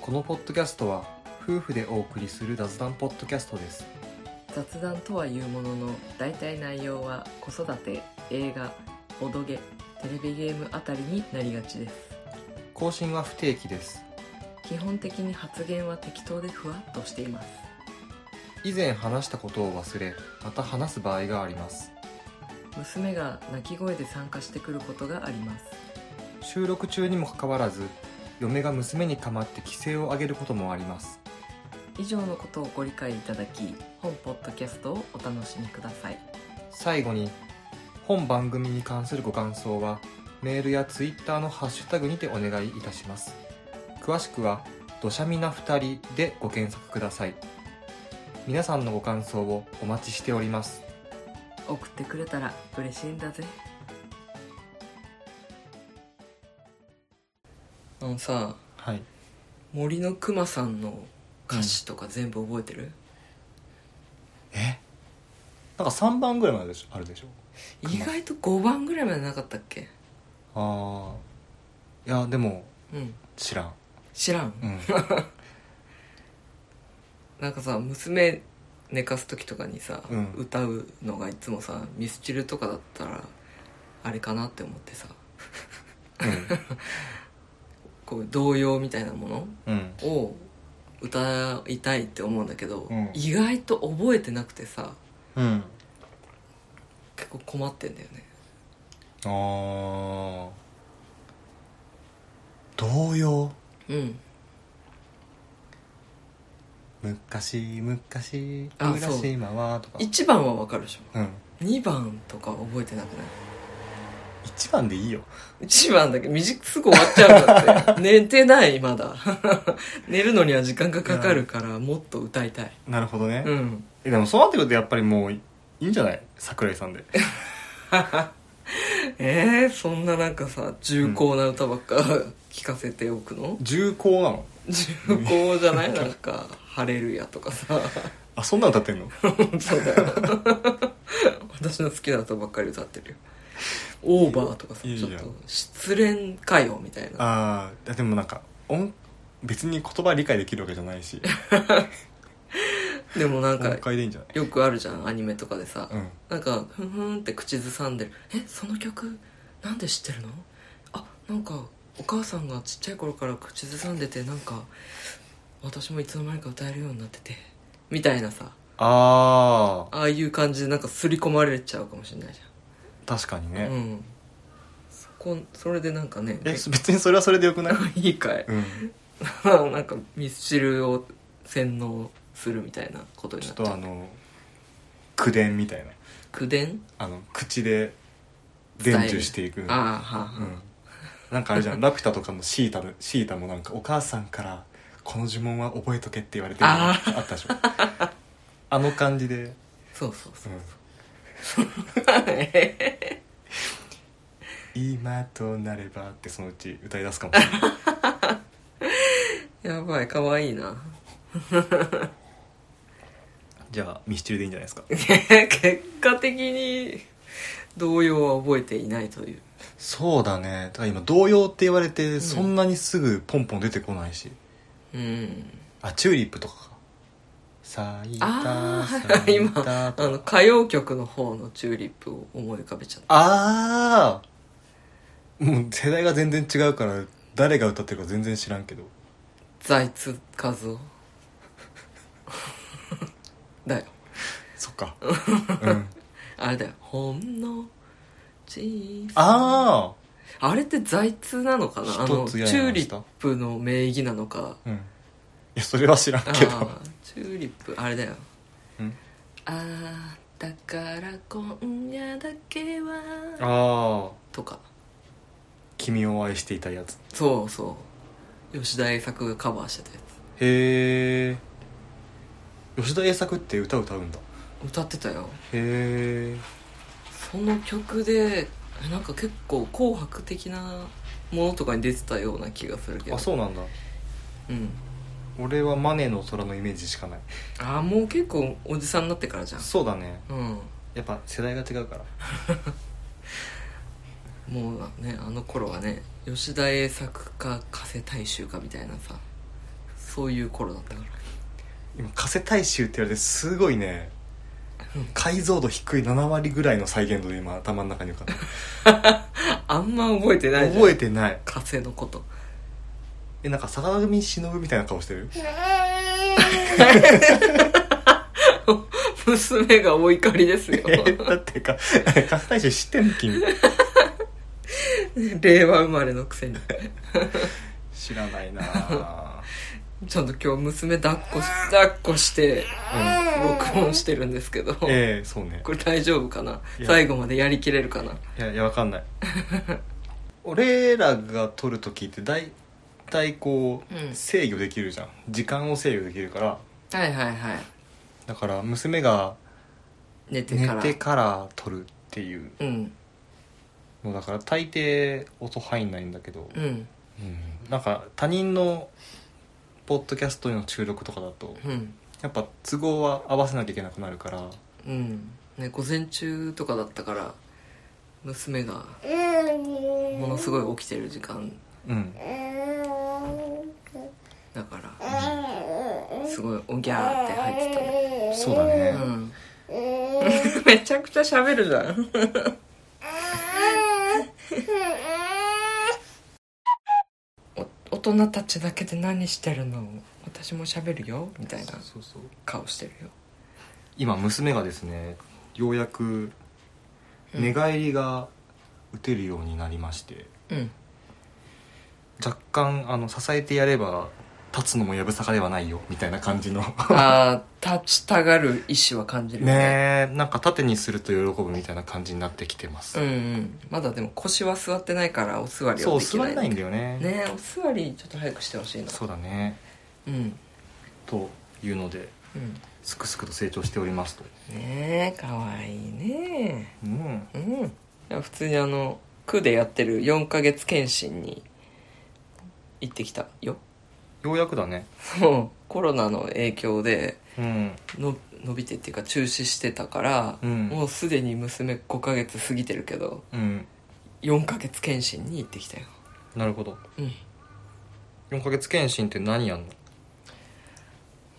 このポッドキャストは夫婦でお送りする雑談ポッドキャストです雑談とはいうものの大体内容は子育て映画おどげテレビゲームあたりになりがちです更新は不定期です基本的に発言は適当でふわっとしています以前話したことを忘れまた話す場合があります娘が泣き声で参加してくることがあります収録中にもかかわらず嫁が娘にかまって規制を上げることもあります以上のことをご理解いただき本ポッドキャストをお楽しみください最後に本番組に関するご感想はメールやツイッターのハッシュタグにてお願いいたします詳しくは「どしゃみな2人」でご検索ください皆さんのご感想をお待ちしております送ってくれたら嬉しいんだぜあのさはい森のくまさんの歌詞とか全部覚えてる、えなんか3番ぐらいまででしょあるでしょ意外と5番ぐらいまでなかったっけああいやでもうん知らん知らん、うんなんかさ娘寝かす時とかにさ、うん歌うのがいつもさミスチルとかだったらあれかなって思ってさこう童謡みたいなものうんを歌いたいって思うんだけど、うん意外と覚えてなくてさうん結構困ってんだよねああ童謡うん昔昔あ浦島はとか1番はわかるでしうんょ2番とか覚えてなくない一番でいいよ1番だけ短すぐ終わっちゃうん だって寝てないまだ 寝るのには時間がかかるからもっと歌いたいなるほどね、うんえでもそうなってくるとやっぱりもういいんじゃない桜井さんでえー、そんななんかさ重厚な歌ばっか聞かせておくの、重厚なの重厚じゃないなんか「ハレルヤ」と かさあそんなの歌 ってんのそうだよ 私の好きな歌ばっかり歌ってるよ「オーバー」とかさいいちじょゃんっと失恋かよみたいなああでもなんか音別に言葉理解できるわけじゃないしでもなん音か階でいいんじゃないよくあるじゃんアニメとかでさ、うんなんかふんふんって口ずさんでる「えその曲なんで知ってるのあなんかお母さんがちっちゃい頃から口ずさんでてなんか私もいつの間にか歌えるようになってて」みたいなさああああいう感じでなんか刷り込まれちゃうかもしれないじ確かにゃね、ん、うんそこそれでなんかねえ別にそれはそれでよくない、いいかいうん、 なんかミスチルを洗脳するみたいなことにちなょっっちとゃあうの口伝みたいな口伝あの口で伝授していくああはあはあ、うん、なんかあれじ ゃんラピュタとかのシータのシータもなんかお母さんからこの呪文は覚えとけって言われてるのああったでしょあの感じで、そうそうそううん 今となればってそのうち歌い出すかもしれないやばい、かわいいな。 じゃあミスチルでいいんじゃないですか結果的に、童謡は覚えていないという。そうだねだから今童謡って言われてそんなにすぐポンポン出てこないし、うん。あチューリップとかか咲いたああ、咲い 今、たあとの、歌謡曲の方のチューリップを思い浮かべちゃっああもう世代が全然違うから誰が歌ってるか全然知らんけどた。財津和夫。 だよ。そっか、うん、あれだよ。ほんの小さああれって財津なのかなあの、一つ屋根のチュ下ーリップの名義なのか。あうんいやそれは知らんああけど、チューリップ、あれだよ。うん、あーだから今夜だけはああとか君を愛していたやつそうそう吉田栄作がカバーしてたやへえ吉田栄作って歌歌うんだつ歌ってたよへえその曲でえなんか結構「紅白」的なものとかに出てたような気がするけどあそうなんだう、ん、俺はマネの空のイメージしかないあーもう結構おじさんになってからじゃんそうだねうんやっぱ世代が違うからもうねあの頃はね吉田栄作か加瀬大衆かみたいなさそういう頃だったから今加瀬大衆って言われてすごいね解像度低い7割ぐらいの再現度で今頭の中に浮かんでる あんま覚えてないじゃん覚えてない火星のことえなんか坂上忍みたいな顔してる娘がお怒りですよえだってか加瀬大衆知ってんの君 令和生まれのくせに知らないなぁちゃんと今日娘抱っこし抱っこして録音してるんですけど、ええそうねこれ大丈夫かないや最後までやりきれるかないやいやわかんない俺らが撮る時って大体こう、うん制御できるじゃん時間を制御できるからはいはいはいだから娘が寝て寝からてから撮るっていううんのだから大抵音入んないんだけど、うんうんなんか他人のポッドキャストの収録とかだとうんやっぱ都合は合わせなきゃいけなくなるからうんね午前中とかだったから娘がものすごい起きてる時間うんだからすごいおぎゃーって入ってたねそうだね、うん、 めちゃくちゃ喋るじゃんお大人たちだけで何してるの私も喋るよみたいなそうそうそう顔してるよ今娘がですねようやくうん寝返りが打てるようになりまして、うん若干あの支えてやれば立つのもやぶさかではないよみたいな感じのあー立ちたがる意志は感じるよねえなんか縦にすると喜ぶみたいな感じになってきてます、うんうんまだでも腰は座ってないからお座りそはうでき座ないれないんねだよねねお座りちょっと早くしてほしいなそうだねうんというのでうんすくすくと成長しておりますとねえかわいいねうんうんいや普通にあの区でやってる4ヶ月検診に行ってきたよ ようやくだねそうコロナの影響でうんの伸びてっていうか中止してたから、うんもうすでに娘5ヶ月過ぎてるけどうん4ヶ月検診に行ってきたよなるほどうん4ヶ月検診って何やんの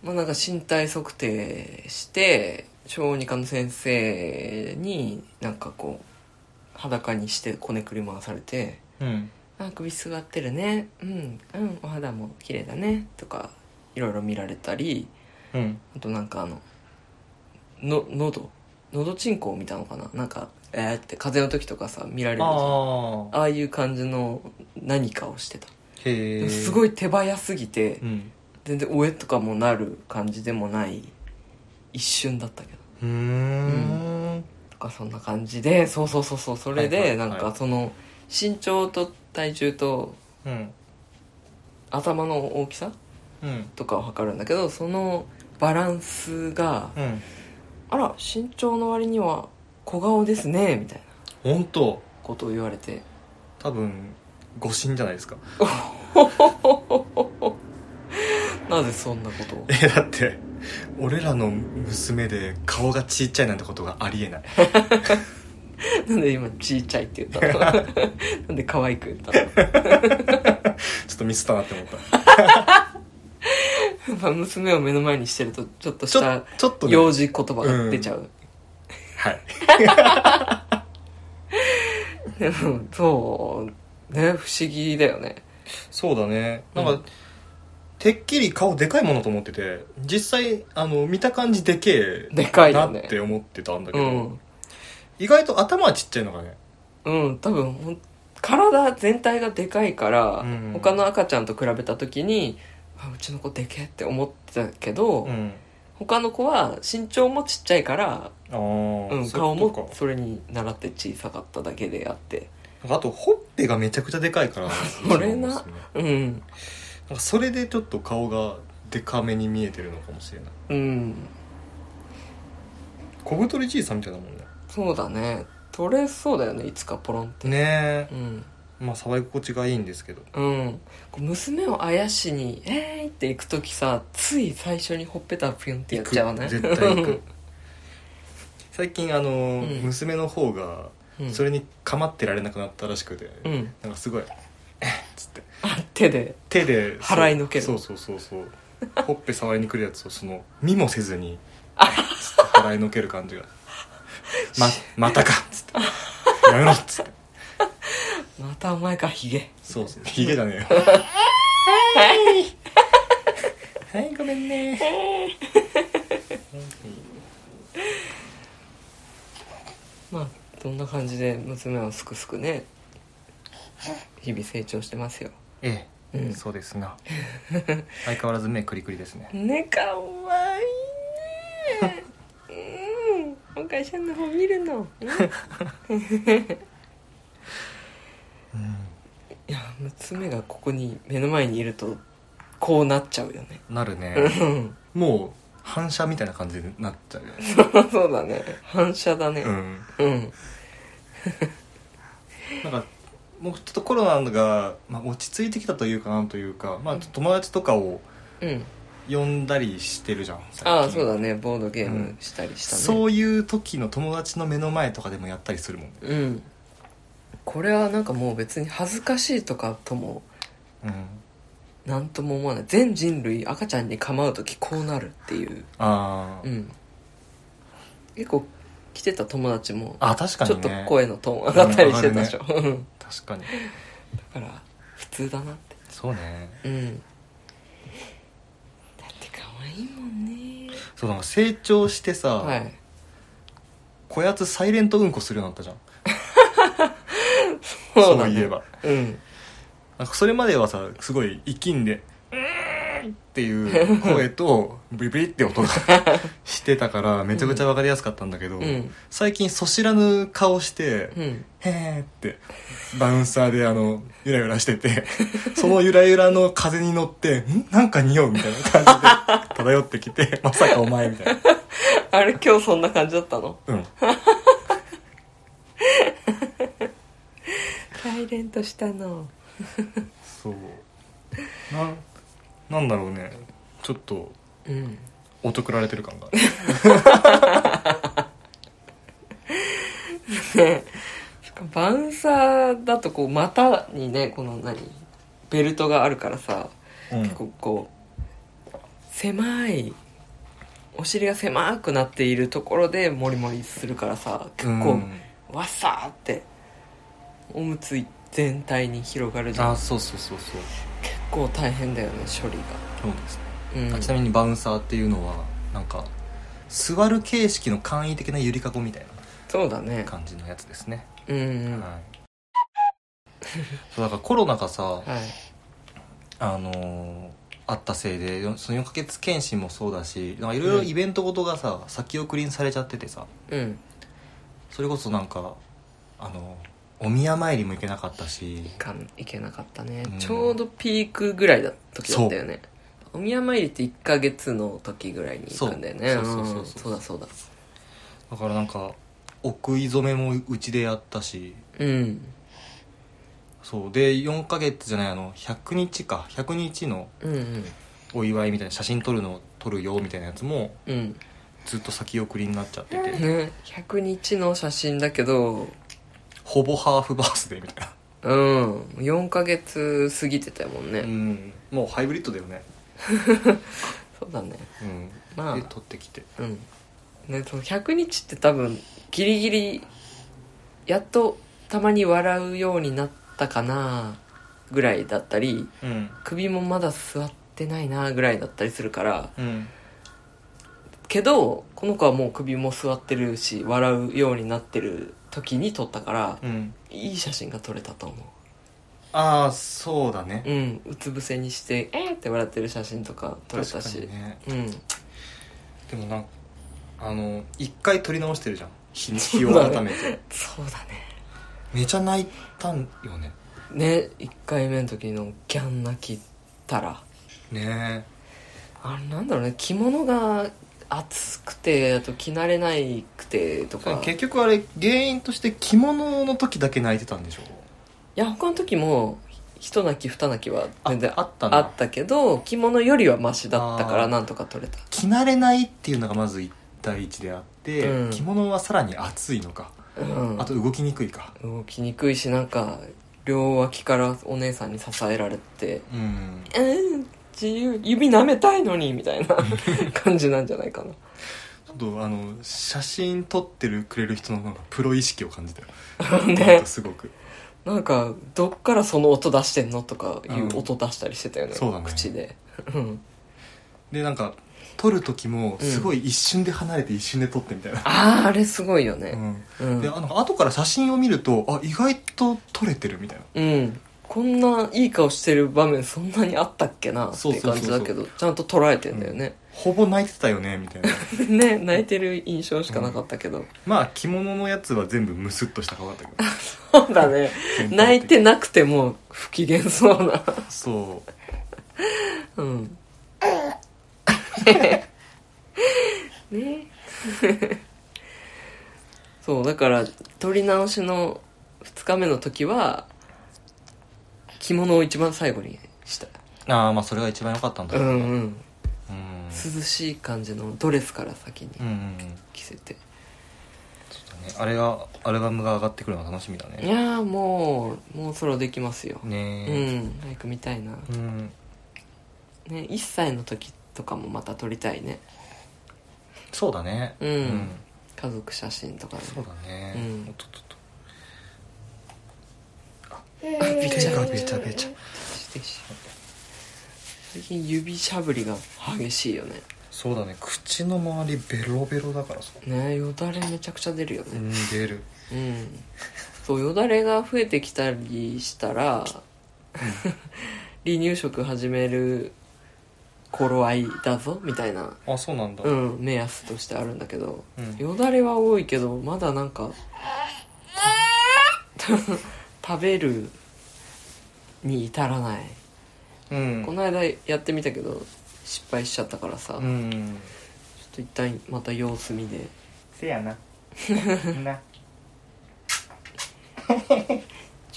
まあなんか身体測定して小児科の先生になんかこう裸にしてこねくり回されてうんあ首すがってるねうんうんお肌も綺麗だねとかいろいろ見られたりうんあとなんかあのの喉喉チンコを見たのかななんかえー、って風邪の時とかさ見られるじゃんああああいう感じの何かをしてた、へえすごい手早すぎてうん全然おえとかもなる感じでもない一瞬だったけどうーんとかそんな感じでそうそうそうそうそれはいはでいはないんかその身長と体重とうん頭の大きさうんとかを測るんだけどそのバランスがうんあら身長の割には小顔ですねみたいな本当ことを言われて多分誤診じゃないですかなぜそんなことを えだって俺らの娘で顔がちっちゃいなんてことがありえない なんで今ちいちゃいって言ったの なんで可愛く言ったのちょっとミスったなって思ったやっぱ娘を目の 前にしてるとちょっとしちょたちょっとね幼児言葉が出ちゃう、 はいでもそうね不思議だよねそうだねなんか、うんてっきり顔でかいものと思ってて実際あの見た感じでけでかえいなよっねて思ってたんだけうど、ん意外と頭はちっちゃいのがねうん多分ほん体全体がでかいから、うん他の赤ちゃんと比べた時にあうちの子でけえって思ってたけど、ん他の子は身長もちっちゃいから、ああ、うん、そ顔うかもそれに習って小さかっただけであってなんかあとほっぺがめちゃくちゃでかいからそれなうちの娘うんなんかそれでちょっと顔がでかめに見えてるのかもしれないうん小太りじいさんみたいだもんねそうだね取れそうだよねいつかポロンってねうんえまあ触り心地がいいんですけどうん、こう娘をあやしに「えーい!」って行く時さつい最初にほっぺたピュンってやっちゃわない絶対行く最近あの、ん娘の方がうん、それに構ってられなくなったらしくて、 うんなんかすごい「えっ」つってあっ手で手でそう払いのけるそうそうそうそうほっぺ触りに来るやつをその見もせずにつって払いのける感じ が「ままたか」っつって「やめろ」っつってまたお前かヒゲ そうそうヒゲだねはいはいごめんねまあそんな感じで娘はすくすくね日々成長してますよええ、うんそうですな相変わらず目クリクリですねねかわいいねうんお母さんの方見るの、うん いや娘がここに目の前にいるとこうなっちゃうよねなるね うんもう反射みたいな感じになっちゃうよ ねそうだね反射だねうんうんなんかもうちょっとコロナが、まあ、落ち着いてきたというかなんというか、まあ、ちょっと友達とかをうん呼んだりしてるじゃん最近ああそうだねボードゲームしたりしたね、そういう時の友達の目の前とかでもやったりするもんねうんこれはなんかもう別に恥ずかしいとかともうん何とも思わない全人類赤ちゃんに構う時こうなるっていうあー、うん結構来てた友達もあ確かちにょっねと声のトーン上がったりしてたでしょ、うん確かにだから普通だなってそうねうんだって可愛いもんねそうなんか成長してさ、はいこやつサイレントうんこするようになったじゃんそうだそうねいえばうんなんかそれまではさすごい生きんで「うーん!」っていう 声とブリブリって音がしてたからめちゃくちゃ分かりやすかったんだけど、うん最近そ知らぬ顔して「うんへーってバウンサーであのゆらゆらしててそのゆらゆらの風に乗って「んなんか匂う」みたいな感じ で漂ってきて「まさかお前」みたいなあれ今日そんな感じだったのうんサイレントしたのそうなんなんだろうねちょっとうん おちょくられてる感がしかもバウンサーだとこう股にねこの何ベルトがあるからさ、うん 結構こう狭いお尻が狭くなっているところでモリモリするからさ結う構んわっさーっておむつ全体に広がるじゃんあ結そうそうそうそう構大変だよね処理が、そうですね、うん、あちなみにバウンサーっていうのはなんか座る形式の簡易的なゆりかごみたいそうだねな感じのやつですね、うんうんははいそうだからコロナがさいあのーあったせいでよその4ヶ月検診もそうだしなんかいろいろイベントごとがさ、先送りにされちゃっててさうんそれこそなんかあのお宮参りも行けなかったしいかんいけなかったね、うんちょうどピークぐらいだ時だったよねお宮参りって1ヶ月の時ぐらいに行くんだよねそうそうそうそううんそうだそうだだからなんかお食い初めもうちでやったしうんそうで4ヶ月じゃないあの100日か100日のうんうんお祝いみたいな写真撮るの撮るよみたいなやつもうんずっと先送りになっちゃっててね100日の写真だけどほぼハーフバースデーみたいなうん4ヶ月過ぎてたもん ね、うんもうハイブリッドだよねそうだねうんまあで撮ってきてうんねその100日って多分ギリギリやっとたまに笑うようになったかなぐらいだったりうん首もまだ座ってないなぐらいだったりするからうんけどこの子はもう首も座ってるし笑うようになってる時に撮ったからうんいい写真が撮れたと思ああそうだねううんうつ伏せにしてえーって笑ってる写真とか撮れたし、ねうんでもなんかあの一回撮り直してるじゃん日に日を改めてそうだねめちゃ泣いたんよねね1回目の時のギャン泣きったらねあれなんだろうね着物が暑くてあと着慣れないくてとえか結局あれ原因として着物の時だけ泣いてたんでしょいや他の時も一泣き二泣きは全然ああったなあったけど着物よりはマシだったかあらーなんとか取れた着慣れないっていうのがまず一対一であって、うん着物はさらに暑いのか、うんあと動きにくいか動きにくいしなんか両脇からお姉さんに支えられてうん「うん自由指舐めたいのに」みたい な感じなんじゃないかなちょっとあの写真撮ってるくれる人のなんかプロ意識を感じたよ なんねかすごくなんかどっからその音出してんのとかいうんう音出したりしてたよね,、そうだね 口でうんでなんか撮る時もすごい一瞬で離れて一瞬で撮ってみたいな、あああれすごいようねんうん、であの後から写真を見るとあ意外と撮れてるみたいなうん、こんないい顔してる場面そんなにあったっけなってそういそううそう感そうじだけどちゃんと捉えてんだよね、ほぼ泣いてたよねみた いなね泣いてる印象しかなかったけ ど、まあ着物のやつは全部ムスッとした顔だったけどそうだね全体的に泣いてなくても不機嫌そうなそうんね そうだから撮り直しの2日目の時は着物を一番最後にしたう ああまあそれが一番良かったんだうろんううんうん涼しい感じのドレスから先にうんうんうん着せて、そうだねあれがアルバムが上がってくるのが楽しみだいねやーもうもうそろできますよ、ねうん早く見たいな、えうん、ね1歳の時とかもまた撮りたいねそうだねうん家族写真とかねそうだね、うんおっとっとっとあびべちちゃゃびべちゃべちゃ最近指しゃぶりが激しいよねそうだね口の周りベロベロだからさねよだれめちゃくちゃ出るようねん出るうん、そうよだれが増えてきたりしたら 離乳食始める頃合いだぞみたいな、あそうなんだうん、目安としてあるんだけどうんよだれは多いけどまだなんか た食べるに至らないうんこの間やってみたけど失敗しちゃったからさ、うちょっんと一旦また様子見でせやななチュ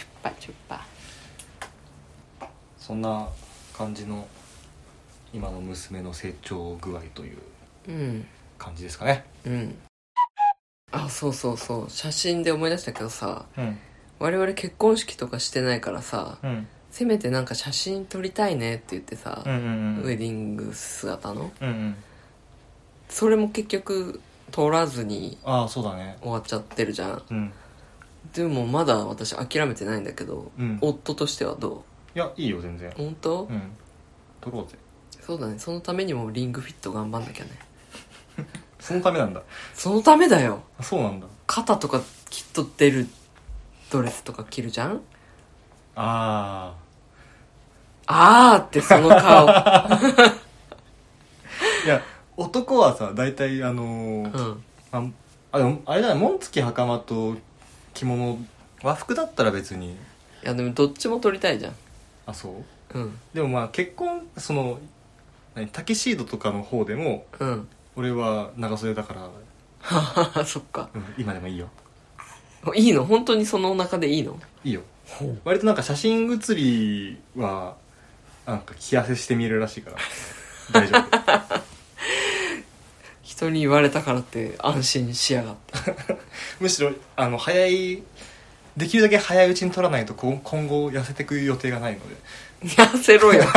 ッパチュッパそんな感じの今の娘の成長具合といううん感じですかねうんあそうそうそう写真で思い出したけどさうん我々結婚式とかしてないからさうんせめてなんか写真撮りたいねって言ってさ、うんうんウェディング姿のうんうんそれも結局撮らずにああそうだね終わっちゃってるじゃんうんでもまだ私諦めてないんだけど、うん夫としてはどいやいいよ全然う本当、うん取ろうぜそうだねそのためにもリングフィット頑張んなきゃねそのためなんだそのためだよあそうなんだ肩とかきっと出るドレスとか着るじゃんああーってその 顔あいや男はさ大体あのーうんああでもあれだね紋付き袴と着物和服だったら別にいやでもどっちも撮りたいじゃんあそううんでもまあ結婚その何タキシードとかの方でもうん 俺は長袖だから、そっかうん、今でもいいよいいの本当にそのお腹でいいのいいよ割となんか写真写りはなんか着痩せして見えるらしいから大丈夫人に言われたからって安心しやがってむしろあの早いできるだけ早いうちに撮らないとこ今後痩せてく予定がないので痩せ ろよ頑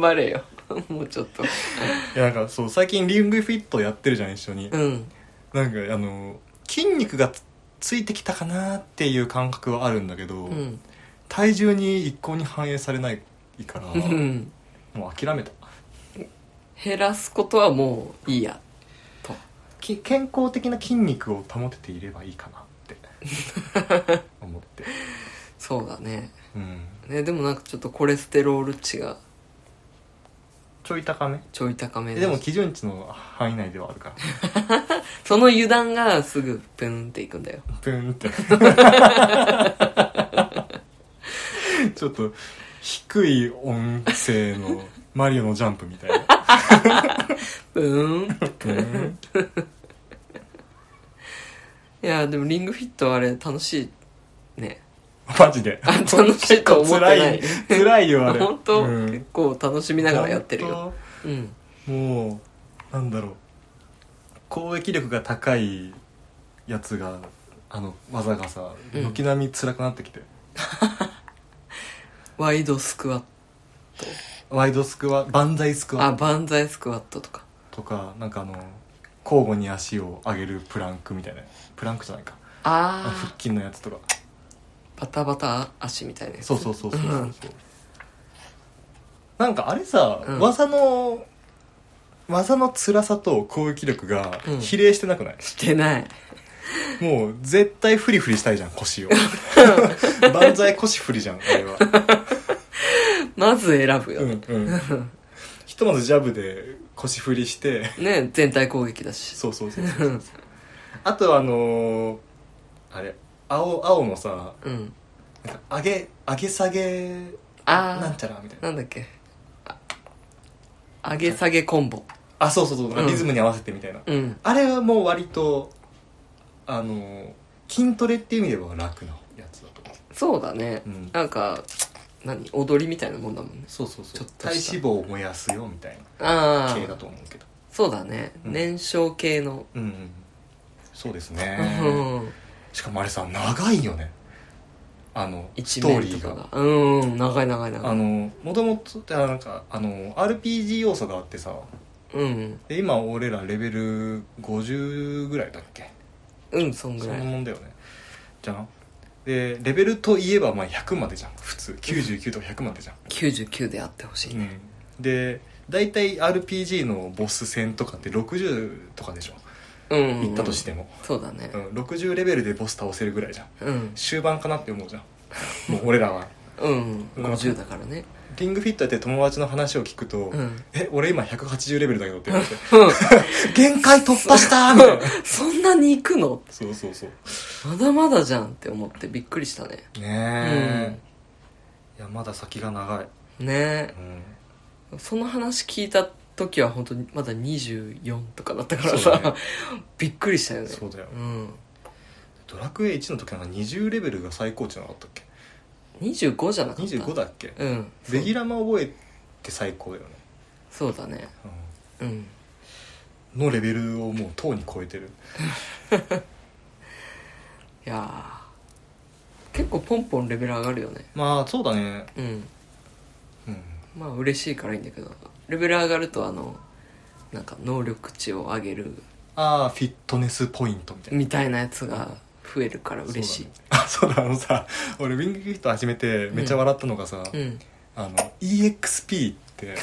張れよ もうちょっといやなんかそう最近リングフィットやってるじゃん一緒に、うんなんかあの筋肉がつついてきたかなっていう感覚はあるんだけど、うん体重に一向に反映されないからうんもう諦めた減らすことはもういいやとき健康的な筋肉を保てていればいいかなって 思ってそうだねうんね、でもなんかちょっとコレステロール値がちょい高めちょい高めえだしでも基準値の範囲内ではあるからその油断がすぐプンっていくんだよプーン ってちょっと低い音声のマリオのジャンプみたいなプーンプーンいやでもリングフィットあれ楽しいねマジであ楽しいと思ってない結構辛い辛いよあれ本当、うん結構楽しみながらやってるよ本うん当もうなんだろう攻撃力が高いやつがあの技がさうん軒並み辛くなってきて、ワイドスクワッワイドスクワ万歳スクトあワ万歳スクワットとかとかなんかあの交互に足を上げるプランクみたいなプランクじゃないかあ腹あ筋のやつとかバタバタ足みたいなやつそうそうそうそうそうそう、んなんかあれさ、うん技の技の辛さと攻撃力がうん比例してなくない、してない もう絶対フリフリしたいじゃん 腰を万歳腰フリじゃんあれはまず選ぶよ、うんうんひとまずジャブで腰振りしてね全体攻撃だしそうそうそうそうそうあとあのーあれ青青のさうんなんか上げ上げ下げあなんあちゃらみたいななんだっけあ上げ下げコンボあそうそうそうなんかリズムに合わせてみたいな、うんあれはもう割とあのー筋トレっていう意味では楽なやつだと思そうだね、う、うん、なんか何踊りみたいなもんだもんねそうそうそうちょっとした体脂肪を燃やすよみたいなあ系だあと思うけどそうだね、うん燃焼系の、うんうんそうですうねんしかもあれさ長いよねあのス一トーリ面ーとかががうん長い長い長あいのもともとなんかあの RPG 要素があってさうんで今俺らレベル50ぐらいだっけうんそんぐそらんないもんだよねじゃんでレベルといえばまあ100までじゃん普通99とか100までじゃん、 99であってほしいね、うん、で大体 RPG のボス戦とかって60とかでしょうん行ったとしても、そうだねうん60レベルでボス倒せるぐらいじゃんうん終盤かなって 思うじゃんもう俺らはうん、うん50だからねリングフィットやって友達の話を聞くと、うんえ俺今180レベルだけどって言われて限界突破したーみたいな そんなに行くの そうそうそうまだまだじゃんって思ってびっくりしたねねえ、いやまだ先が長い、ねうん、えその話聞いた時は本当にまだ24とかだったからそうさ、だね びっくりしたよねそうだようんドラクエ1の時なんか20レベルが最高値なかったっけ25じゃなかった25だっけうんベギラマ覚えて最高だよね、そうだねうんうん、のレベルをもうとうに超えてるいやー結構ポンポンレベル上がるよねまあそうだねうんうんまあ嬉しいからいいんだけどレベル上がるとあのなんか能力値を上げるああフィットネスポイントみたいなみたいなやつが増えるから嬉しいそうだね、あそうだあのさ俺ウィングフィット始めてめっちゃ笑ったのがさ、う,、あの EXP って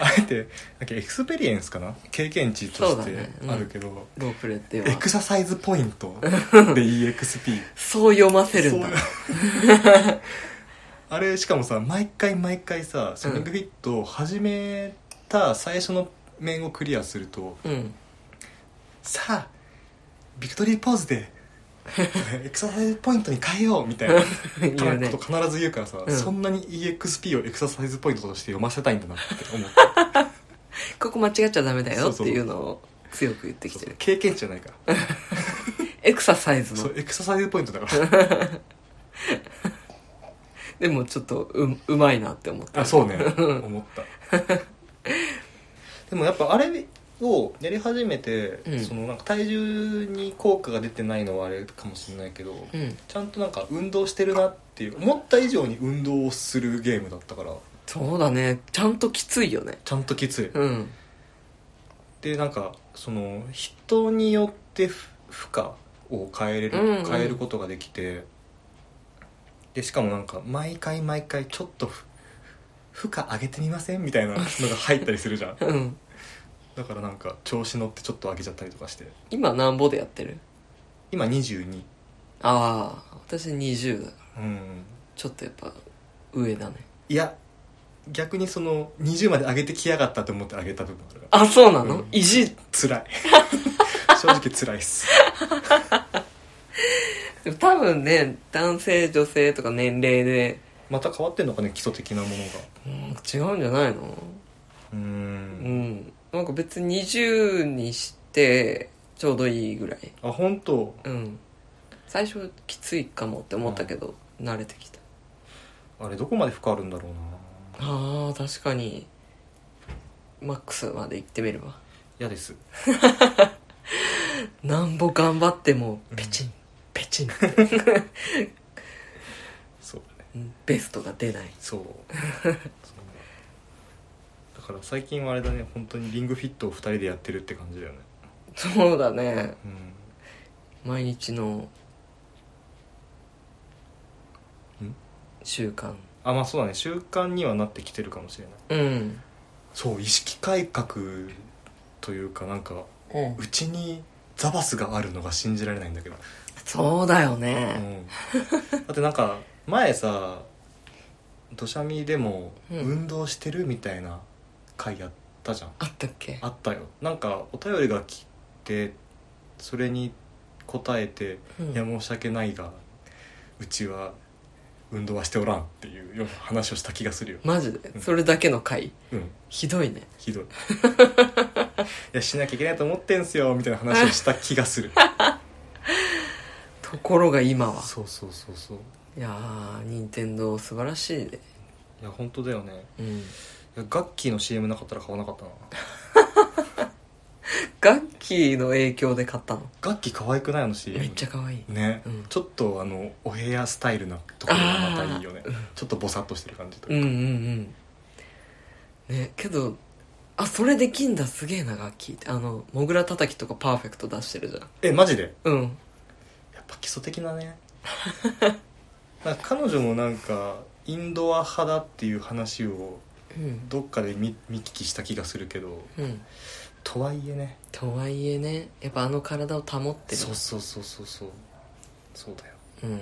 あえてなんかエクスペリエンスかな経験値とそうしだてねうんあるけど、んロープレでエはクササイズポイン トで EXP そう読ませるんだそう あれしかもさ毎回毎回さソニックフィットを始めた最初の面をクリアすると、うんさあビクトリーポーズ でエクササイズポイントに変えようみたいな言うねこと必ず言うからさ、うんそんなに EXP をエクササイズポイントとして読ませたいんだなって思って ここ間違っちゃダメだそようっそてういうのを強く言ってきそうてそうる経験値じゃないからエクササイズそのうエクササイズポイントだからでもちょっとううまいなって思ったあそうね思ったでもやっぱあれをやり始めて、うんそのなんか体重に効果が出てないのはあれかもしれないけど、うんちゃんとなんか運動してるなっていう思った以上に運動をするゲームだったからそうだねちゃんときついよねちゃんときつい、うんでなんかその人によってふ負荷を変えれる、うんうん変えることができてでしかもなんか毎回毎回ちょっとふ負荷上げてみませんみたいなのが入ったりするじゃんうんだからなんか調子乗ってちょっと上げちゃったりとかして今なんぼでやってる今22ああ私20だからうんちょっとやっぱ上だねいや逆にその20まで上げてきやがったと思って上げた部分あるからあそうなの、うん意地辛い正直辛いっすでも多分ね男性女性とか年齢で、また変わってんのかね基礎的なものがうん、違うんじゃないのううんんなんか別に20にしてちょうどいいぐらいあ本当うん最初きついかもって思ったけど、慣れてきたあれどこまで負荷あるんだろうなあー確かにマックスまで行ってみれば嫌ですなんぼ頑張ってもペチン、ペチン、そうだねベストが出ない そうそうだから最近はあれだね本当にリングフィットを2人でやってるって感じだよねそうだねうん毎日のん習慣あまあそうだね習慣にはなってきてるかもしれないうんそう意識改革というかなんかうちにザバスがあるのが信じられないんだけど、そうだようね、ん、だってなんか前さ土砂見でもうん運動してるみたいな回やったじゃん、あったっけあったよなんかお便りが来てそれに答えて「うんいや申し訳ないがうちは運動はしておらん」っていうような話をした気がするよマジうでんそれだけの回うんひどいねひどいいやしなきゃいけないと思ってんすよみたいな話をした気がす るところが今はそうそうそうそういやー任天堂素晴らしいねいや本当だよねうんいやガッキーの CM なかったら買わなかったなガッキーの影響で買ったのガッキー可愛くないあの CM めっちゃ可愛いね、うんちょっとあのお部屋スタイルなところがまたいいよねちょっとボサッとしてる感じとういんううか、んうんねけどあそれできんだすげえな楽器ってあのモグラたたきとかパーフェクト出してるじゃんえマジでうんやっぱ基礎的なね なんか彼女もなんかインドア派だっていう話をうんどっかで見見聞きした気がするけどうんとはいえねとはいえねやっぱあの体を保ってるそうそうそうそうそうそうだようん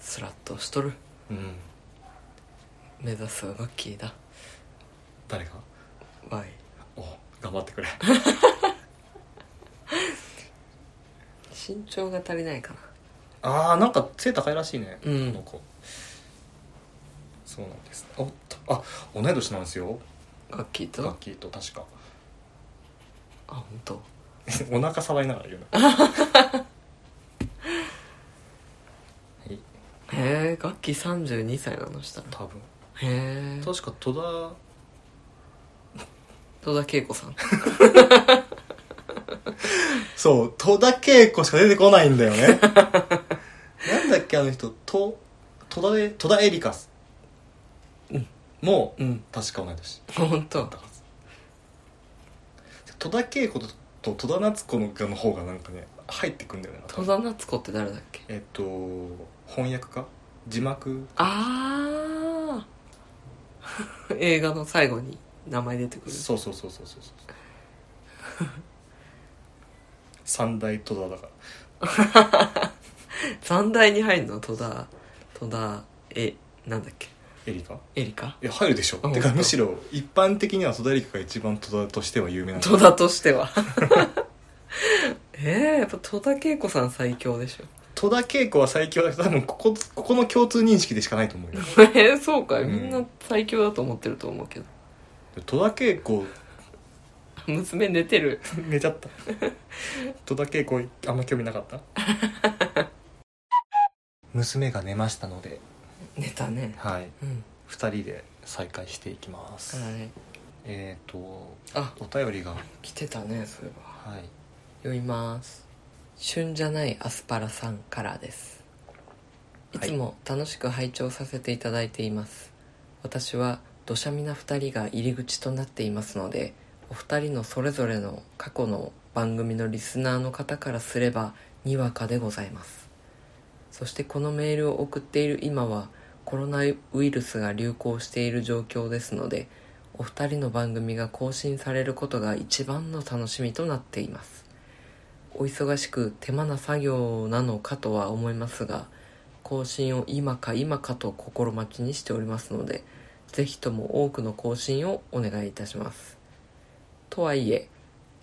スラッとしとるうん目指すはガッキーだ誰かわいお頑張ってくれ身長が足りないかな あーなんか背高いらしいね、うんこの子そうなんですおっとあ同い年なんですよガッキーとガッキーと確か あ本当。お腹触りながら言うな はいへえガッキー32歳なのしたの多分へえ確か戸田戸田恵子さんそう戸田恵子しか出てこないんだよ ねなんだっけあの人と戸田で戸田恵梨香もうん確か同い年本当。だはず戸田恵子と戸田夏子のの方がなんかね入ってくんだよね戸田夏子って誰だっけえっと翻訳か字幕ああ 映画の最後に名前出てくるそうそうそうそうそうそう 三大戸田だから三大に入るの戸田戸田えなんだっけエリカエリカいや入るでしょあて本か当むしろ一般的には戸田恵梨香が一番戸田としては有名なんだ戸田としては ええやっぱ戸田恵子さん最強でしょ戸田恵子は最強だけど多分ここここの共通認識でしかないと思うよ えーそうかいうんみんな最強だと思ってると思うけど戸田恵子娘寝てる寝ちゃった戸田恵子あんま興味なかった 娘が寝ましたので寝たねはいうん2人で再開していきます、はいえっ、ー、とあお便りが来てたねそういえばはい読みます旬じゃないアスパラさんからですいはいつも楽しく拝聴させていただいています、私は土砂みな2人が入り口となっていますのでお二人のそれぞれの過去の番組のリスナーの方からすればにわかでございますそしてこのメールを送っている今はコロナウイルスが流行している状況ですのでお二人の番組が更新されることが一番の楽しみとなっていますお忙しく手間な作業なのかとは思いますが更新を今か今かと心待ちにしておりますのでぜひとも多くの更新をお願いいたしますとはいえ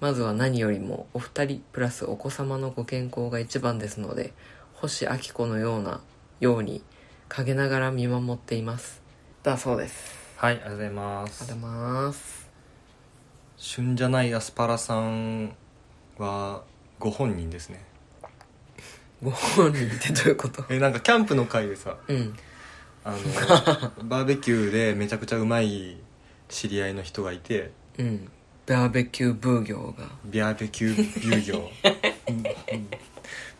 まずは何よりもお二人プラスお子様のご健康が一番ですので星明子のようなように陰ながら見守っていますだそうですはいありがとうございまあすりがとうございます旬じゃないアスパラさんはご本人ですねご本人ってどういうことえなんかキャンプの会でさうんあ のバーベキューでめちゃくちゃうまい知り合いの人がいてうんバーベキュー奉行が ビャーベキュー牛業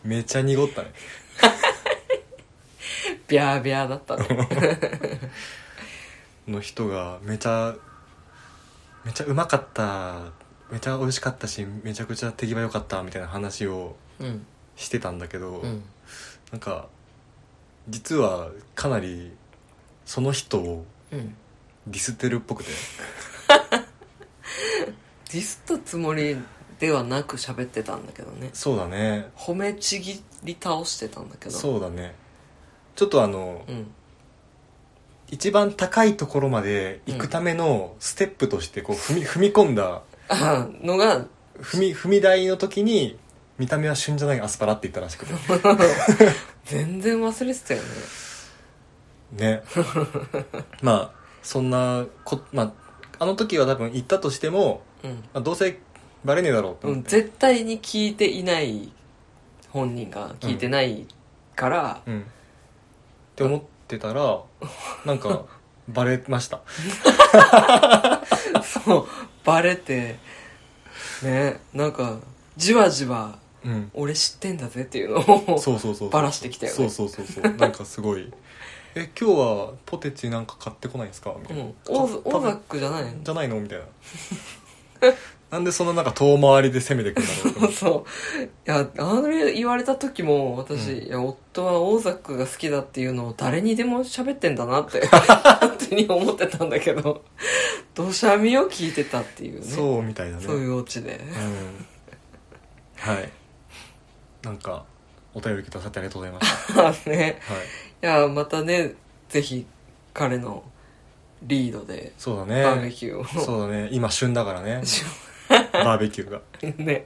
めちゃ濁ったねビャービャーだっ たねの人がめちゃめちゃうまかっためちゃ美味しかったしめちゃくちゃ手際良かったみたいな話をうんしてたんだけど、うんなんか実はかなりその人をうんディスってるっぽくてディスったつもりではなく喋ってたんだけどねそうだね褒めちぎり倒してたんだけどそうだねちょっとあの、うん 一番高いところまで行くためのステップとして こう踏み踏み込んだあのが踏み踏み台の時に見た目は旬じゃないアスパラって言ったらしくて全然忘れてたよねね まあそんなこ、まあ、あの時は多分行ったとしても、うんまあ、どうせバレねえだろうとう思っん、て、絶対に聞いていない本人が聞いてないから、うんって思ってたらなんかバレましたそうバレてねなんかじわじわうん俺知ってんだぜっていうのをそうそうそうバラしてきたよねそうそうそうそうなんかすごい 「え今日はポテチなんか買ってこないんですか?」みたういな「んオー多オーザッ分クじゃないのじゃないの?」みたいな なんでそんななんか遠回りで攻めてくるんだろうと思って そういやあれ言われた時も私、うんいや夫はオーザックが好きだっていうのを誰にでも喋ってんだなっ て勝手に思ってたんだけど土砂みを聞いてたっていうねそうみたいだねそういうオチで うんはいなんかお便りくださってありがとうございましねたはいいやまたねぜひ彼のリードでそうだバーベねキューを、 そうだね今旬だから ねバーベキューがね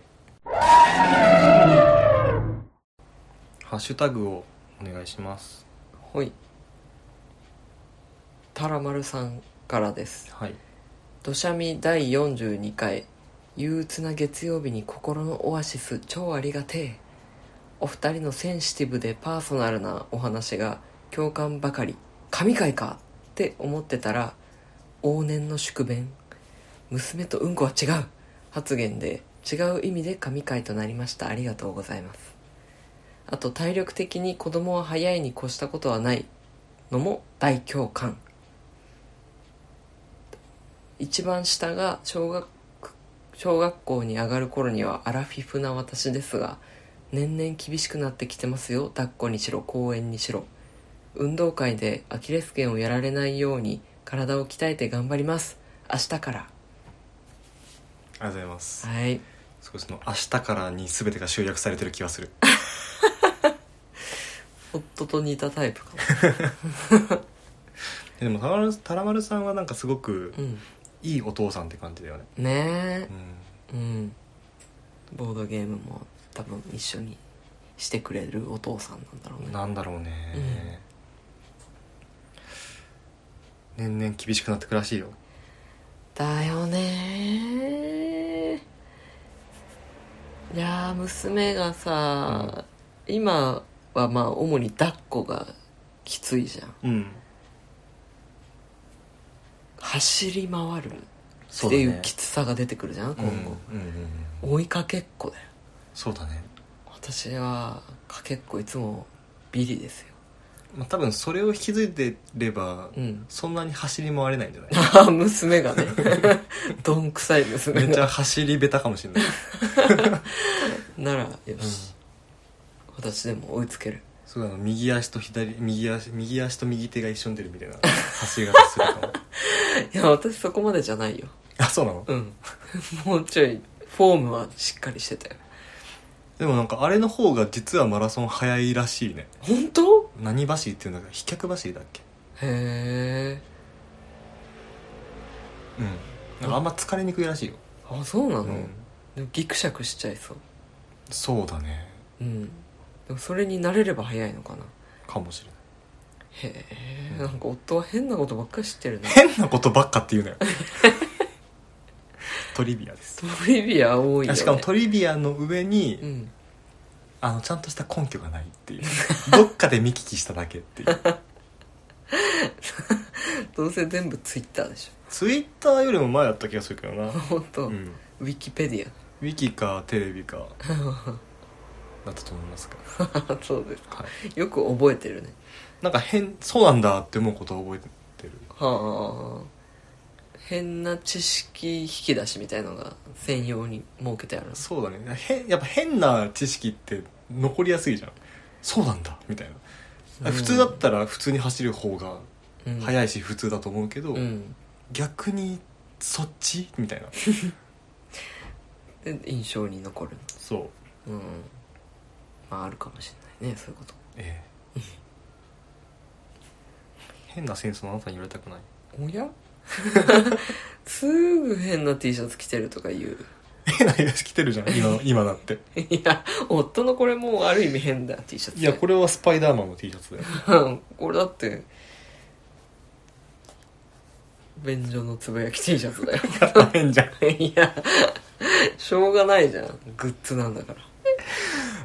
ハッシュタグをお願いしますほいタラマルさんからですはい「土砂見第42回憂鬱な月曜日に心のオアシス超ありがてえ」お二人のセンシティブでパーソナルなお話が共感ばかり神回かって思ってたら往年の宿便娘とうんこは違う発言で違う意味で神回となりましたありがとうございますあと体力的に子供は早いに越したことはないのも大共感一番下が小学小学校に上がる頃にはアラフィフな私ですが年々厳しくなってきてますよ抱っこにしろ公園にしろ運動会でアキレス腱をやられないように体を鍛えて頑張ります明日からありがとうございますはいすごいその「明日から」に全てが集約されてる気がする夫と似たタイプかも、 でもたらまるたらまるさんはなんかすごくうん、いいお父さんって感じだよねねうんえうんボードゲームも多分一緒にしてくれるお父さんなんだろうねなんだろうね、年々厳しくなってくらしいよだよねいやー娘がさ、今はまあ主に抱っこがきついじゃんうん走り回るそっうだてねいうきつさが出てくるじゃん、うん今後うんうんうん、追いかけっこだよそうだね私はかけっこいつもビリですよ まあ、多分それを引き継いでれば、うんそんなに走り回れないんじゃない 娘がねどんくさい娘めっちがゃ走り下手かもし れない、ならようん、し、私でも追いつけるそうだな右足と左右足右足と右手が一緒に出るみたいな走り方するかも いや私そこまでじゃないよあそうなのうん もうちょいフォームはしっかりしてたよでもなんかあれの方が実はマラソン早いらしいね本当何走りっていうんだか飛脚走りだっけへえうんなんかあんま疲れにくいらしいよ、あそうなの、うんでもギクシャクしちゃいそうそうだねうんでもそれに慣れれば早いのかなかもしれないへうえんなんか夫は変なことばっかり知ってるな変なことばっかって 言うなよトリビアですトリビア多いよ、ね、しかもトリビアの上に、うんあのちゃんとした根拠がないっていう どっかで見聞きしただけっていうどうせ全部ツイッターでしツイッターよりも前だった気がするけどなょ 本当、うん ウィキペディ ウィキかテレビかアだったと思いますけど、そうですかはい、よく覚えてるねなんか変そうなんだって思うことは覚えてるはあ変な知識引き出しみたいのが専用に設けてあるんですそうだね変やっぱ変な知識って残りやすいじゃんそうなんだみたいな、うん普通だったら普通に走る方がうん速いし普通だと思うけど、うん逆にそっちみた いなで印象に残るそううんまああるかもしれないねそういうことええ変なセンスのあなたに言われたくないおや すぐ変な T シャツ着てるとか言う変なやつ着てるじゃん 今今だっていや夫のこれもうある意味変だ T シャツいやこれはスパイダーマンの T シャ ツだようんこれだって便所のつぶやき T シャツだよ変じゃん いやしょうがないじゃんグッズなんだか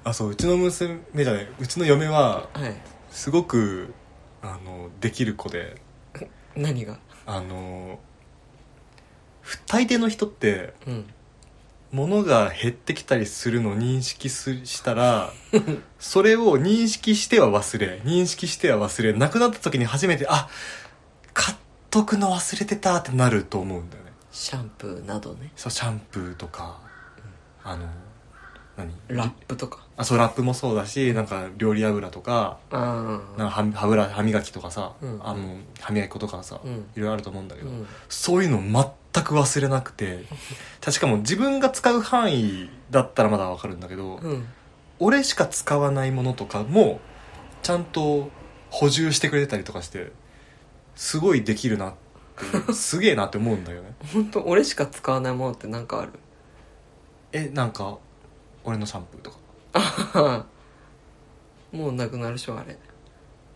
あそううちの娘じゃないうちの嫁はらはいすごくあのできる子で何があのふ大抵の人ってうん物が減ってきたりするのを認識すした らそれを認識しては忘れ認識しては忘れなくなった時に初めてあ買っとくの忘れてたってなると思うんだよねシャンプーなどねそうシャンプーとかあの何ラップとかあそうラップもそうだしなんか料理油とかあなんか歯歯ブラ歯粉とかさ、うんあの歯磨き粉とかさ、うんいろいろあると思うんだけうど、んそういうの全く忘れなくて確かもう自分が使う範囲だったらまだわかるんだけど、うん俺しか使わないものとかもちゃんと補充してくれたりとかしてすごいできるなっていうすげえなって思うんだよね 本当俺しか使わないものってなんかあるえなんか俺のシャンプーとかもうなくなるでし ょあれ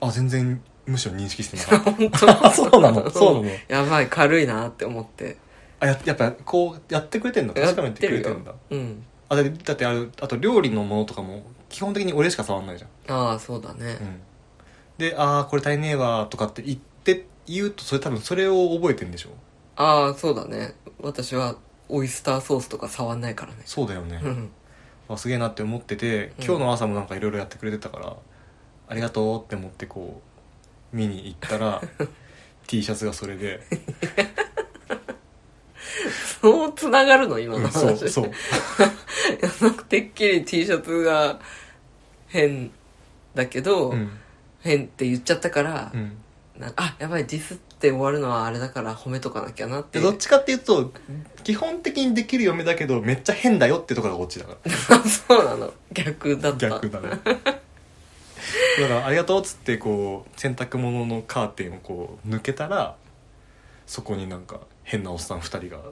あ全然むしろ認識してな かっ本たそうな のそうなのやばい軽いなって思ってあややっぱこうやってくれてんだ確かめてくれてんだうんあだってだってあれあと料理のものとかも基本的に俺しか触んないじゃんああそうだねうん、で「ああこれ足りねえわ」とかって言って言うとそれ多分それを覚えてんでしょああそうだね私はオイスターソースとか触んないからね そうだよね、うんあすげえなって思ってて今日の朝もなんかいろいろやってくれてたから、ありがとうって思ってこう見に行った ら T シャツがそれで、そうつながるの今うのん、そう話そういやなんか てっきり T シャツが変だけど、うん、変って言っちゃったから、うん、なんかあやばいディスって終わるのはあれだから褒めとかなきゃなってでどっちかっていうと基本的にできる嫁だけどめっちゃ変だよってところがオチだから そうなの逆だった逆だねだから「ありがとう」っつってこう洗濯物のカーテンをこう抜けたらそこになんか変なおっさん2人が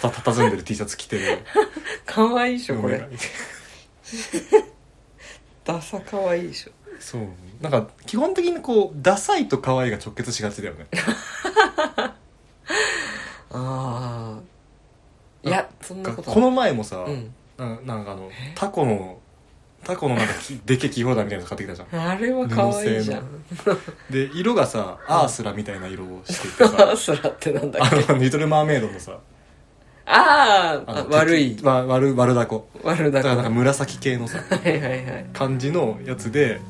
たたたずんでる T シャツ着てるかわいいでしょこ嫁がれダサかわいいでしょそうなんか基本的にこうダサいと可愛いが直結しがちだよねああいやそんなことこの前もさ、うんななんかあのタコのタコのなんかきでけえキーホルダーみたいなの買ってきたじゃんあれはかわいいじゃ布んで色がさアースラみたいな色をしてて アーさスラってなんだっけあのリトル・マーメイドのさあああの悪い敵わ悪悪だこ悪だかだかららなんか紫系のさはいはいはい感じのやつで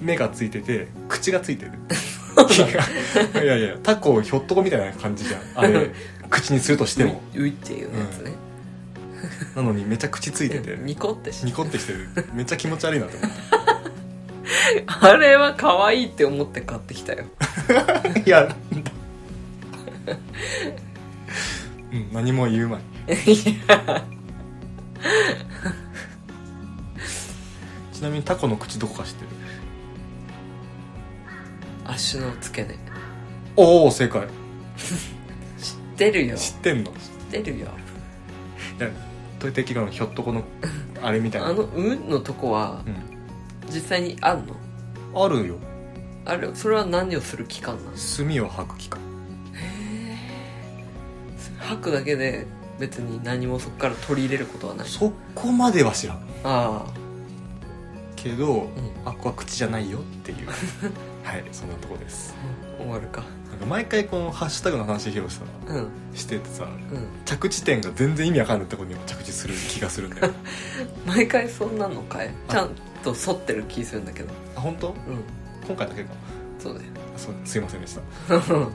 目がついてて口がついてるいやいやタコをひょっとこみたいな感じじゃんあれ口にするとしてもういういっていうやつね、なのにめちゃ口ついててニコってしニコってしてるめっちゃ気持ち悪いなと思っあれは可愛いって思って買ってきたよて いやうん何も言うまいちなみにタコの口どこか知ってる足の付け根おお正解知ってるよ知っ知てんのってるよいやトイテキロのひょっとこのあれみたいなあの「う」のとこはうん、実際にあんのあるよあれそれは何をする期間なんです墨を吐く期間吐くだけで別に何もそこから取り入れることはないそこまでは知らんああけど、ん あここは口じゃないよっていうははいそんなとこです終わるかなんか毎回このハッシュタグの話広さうんうんしててさ着地点が全然意味わかんないところにも着地する気がするんだ よ毎回そんなのかいちゃんと沿ってる気するんだけどあ本当うん今回だけかそうだよ あそうすいませんでした本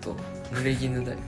当濡れ衣だよ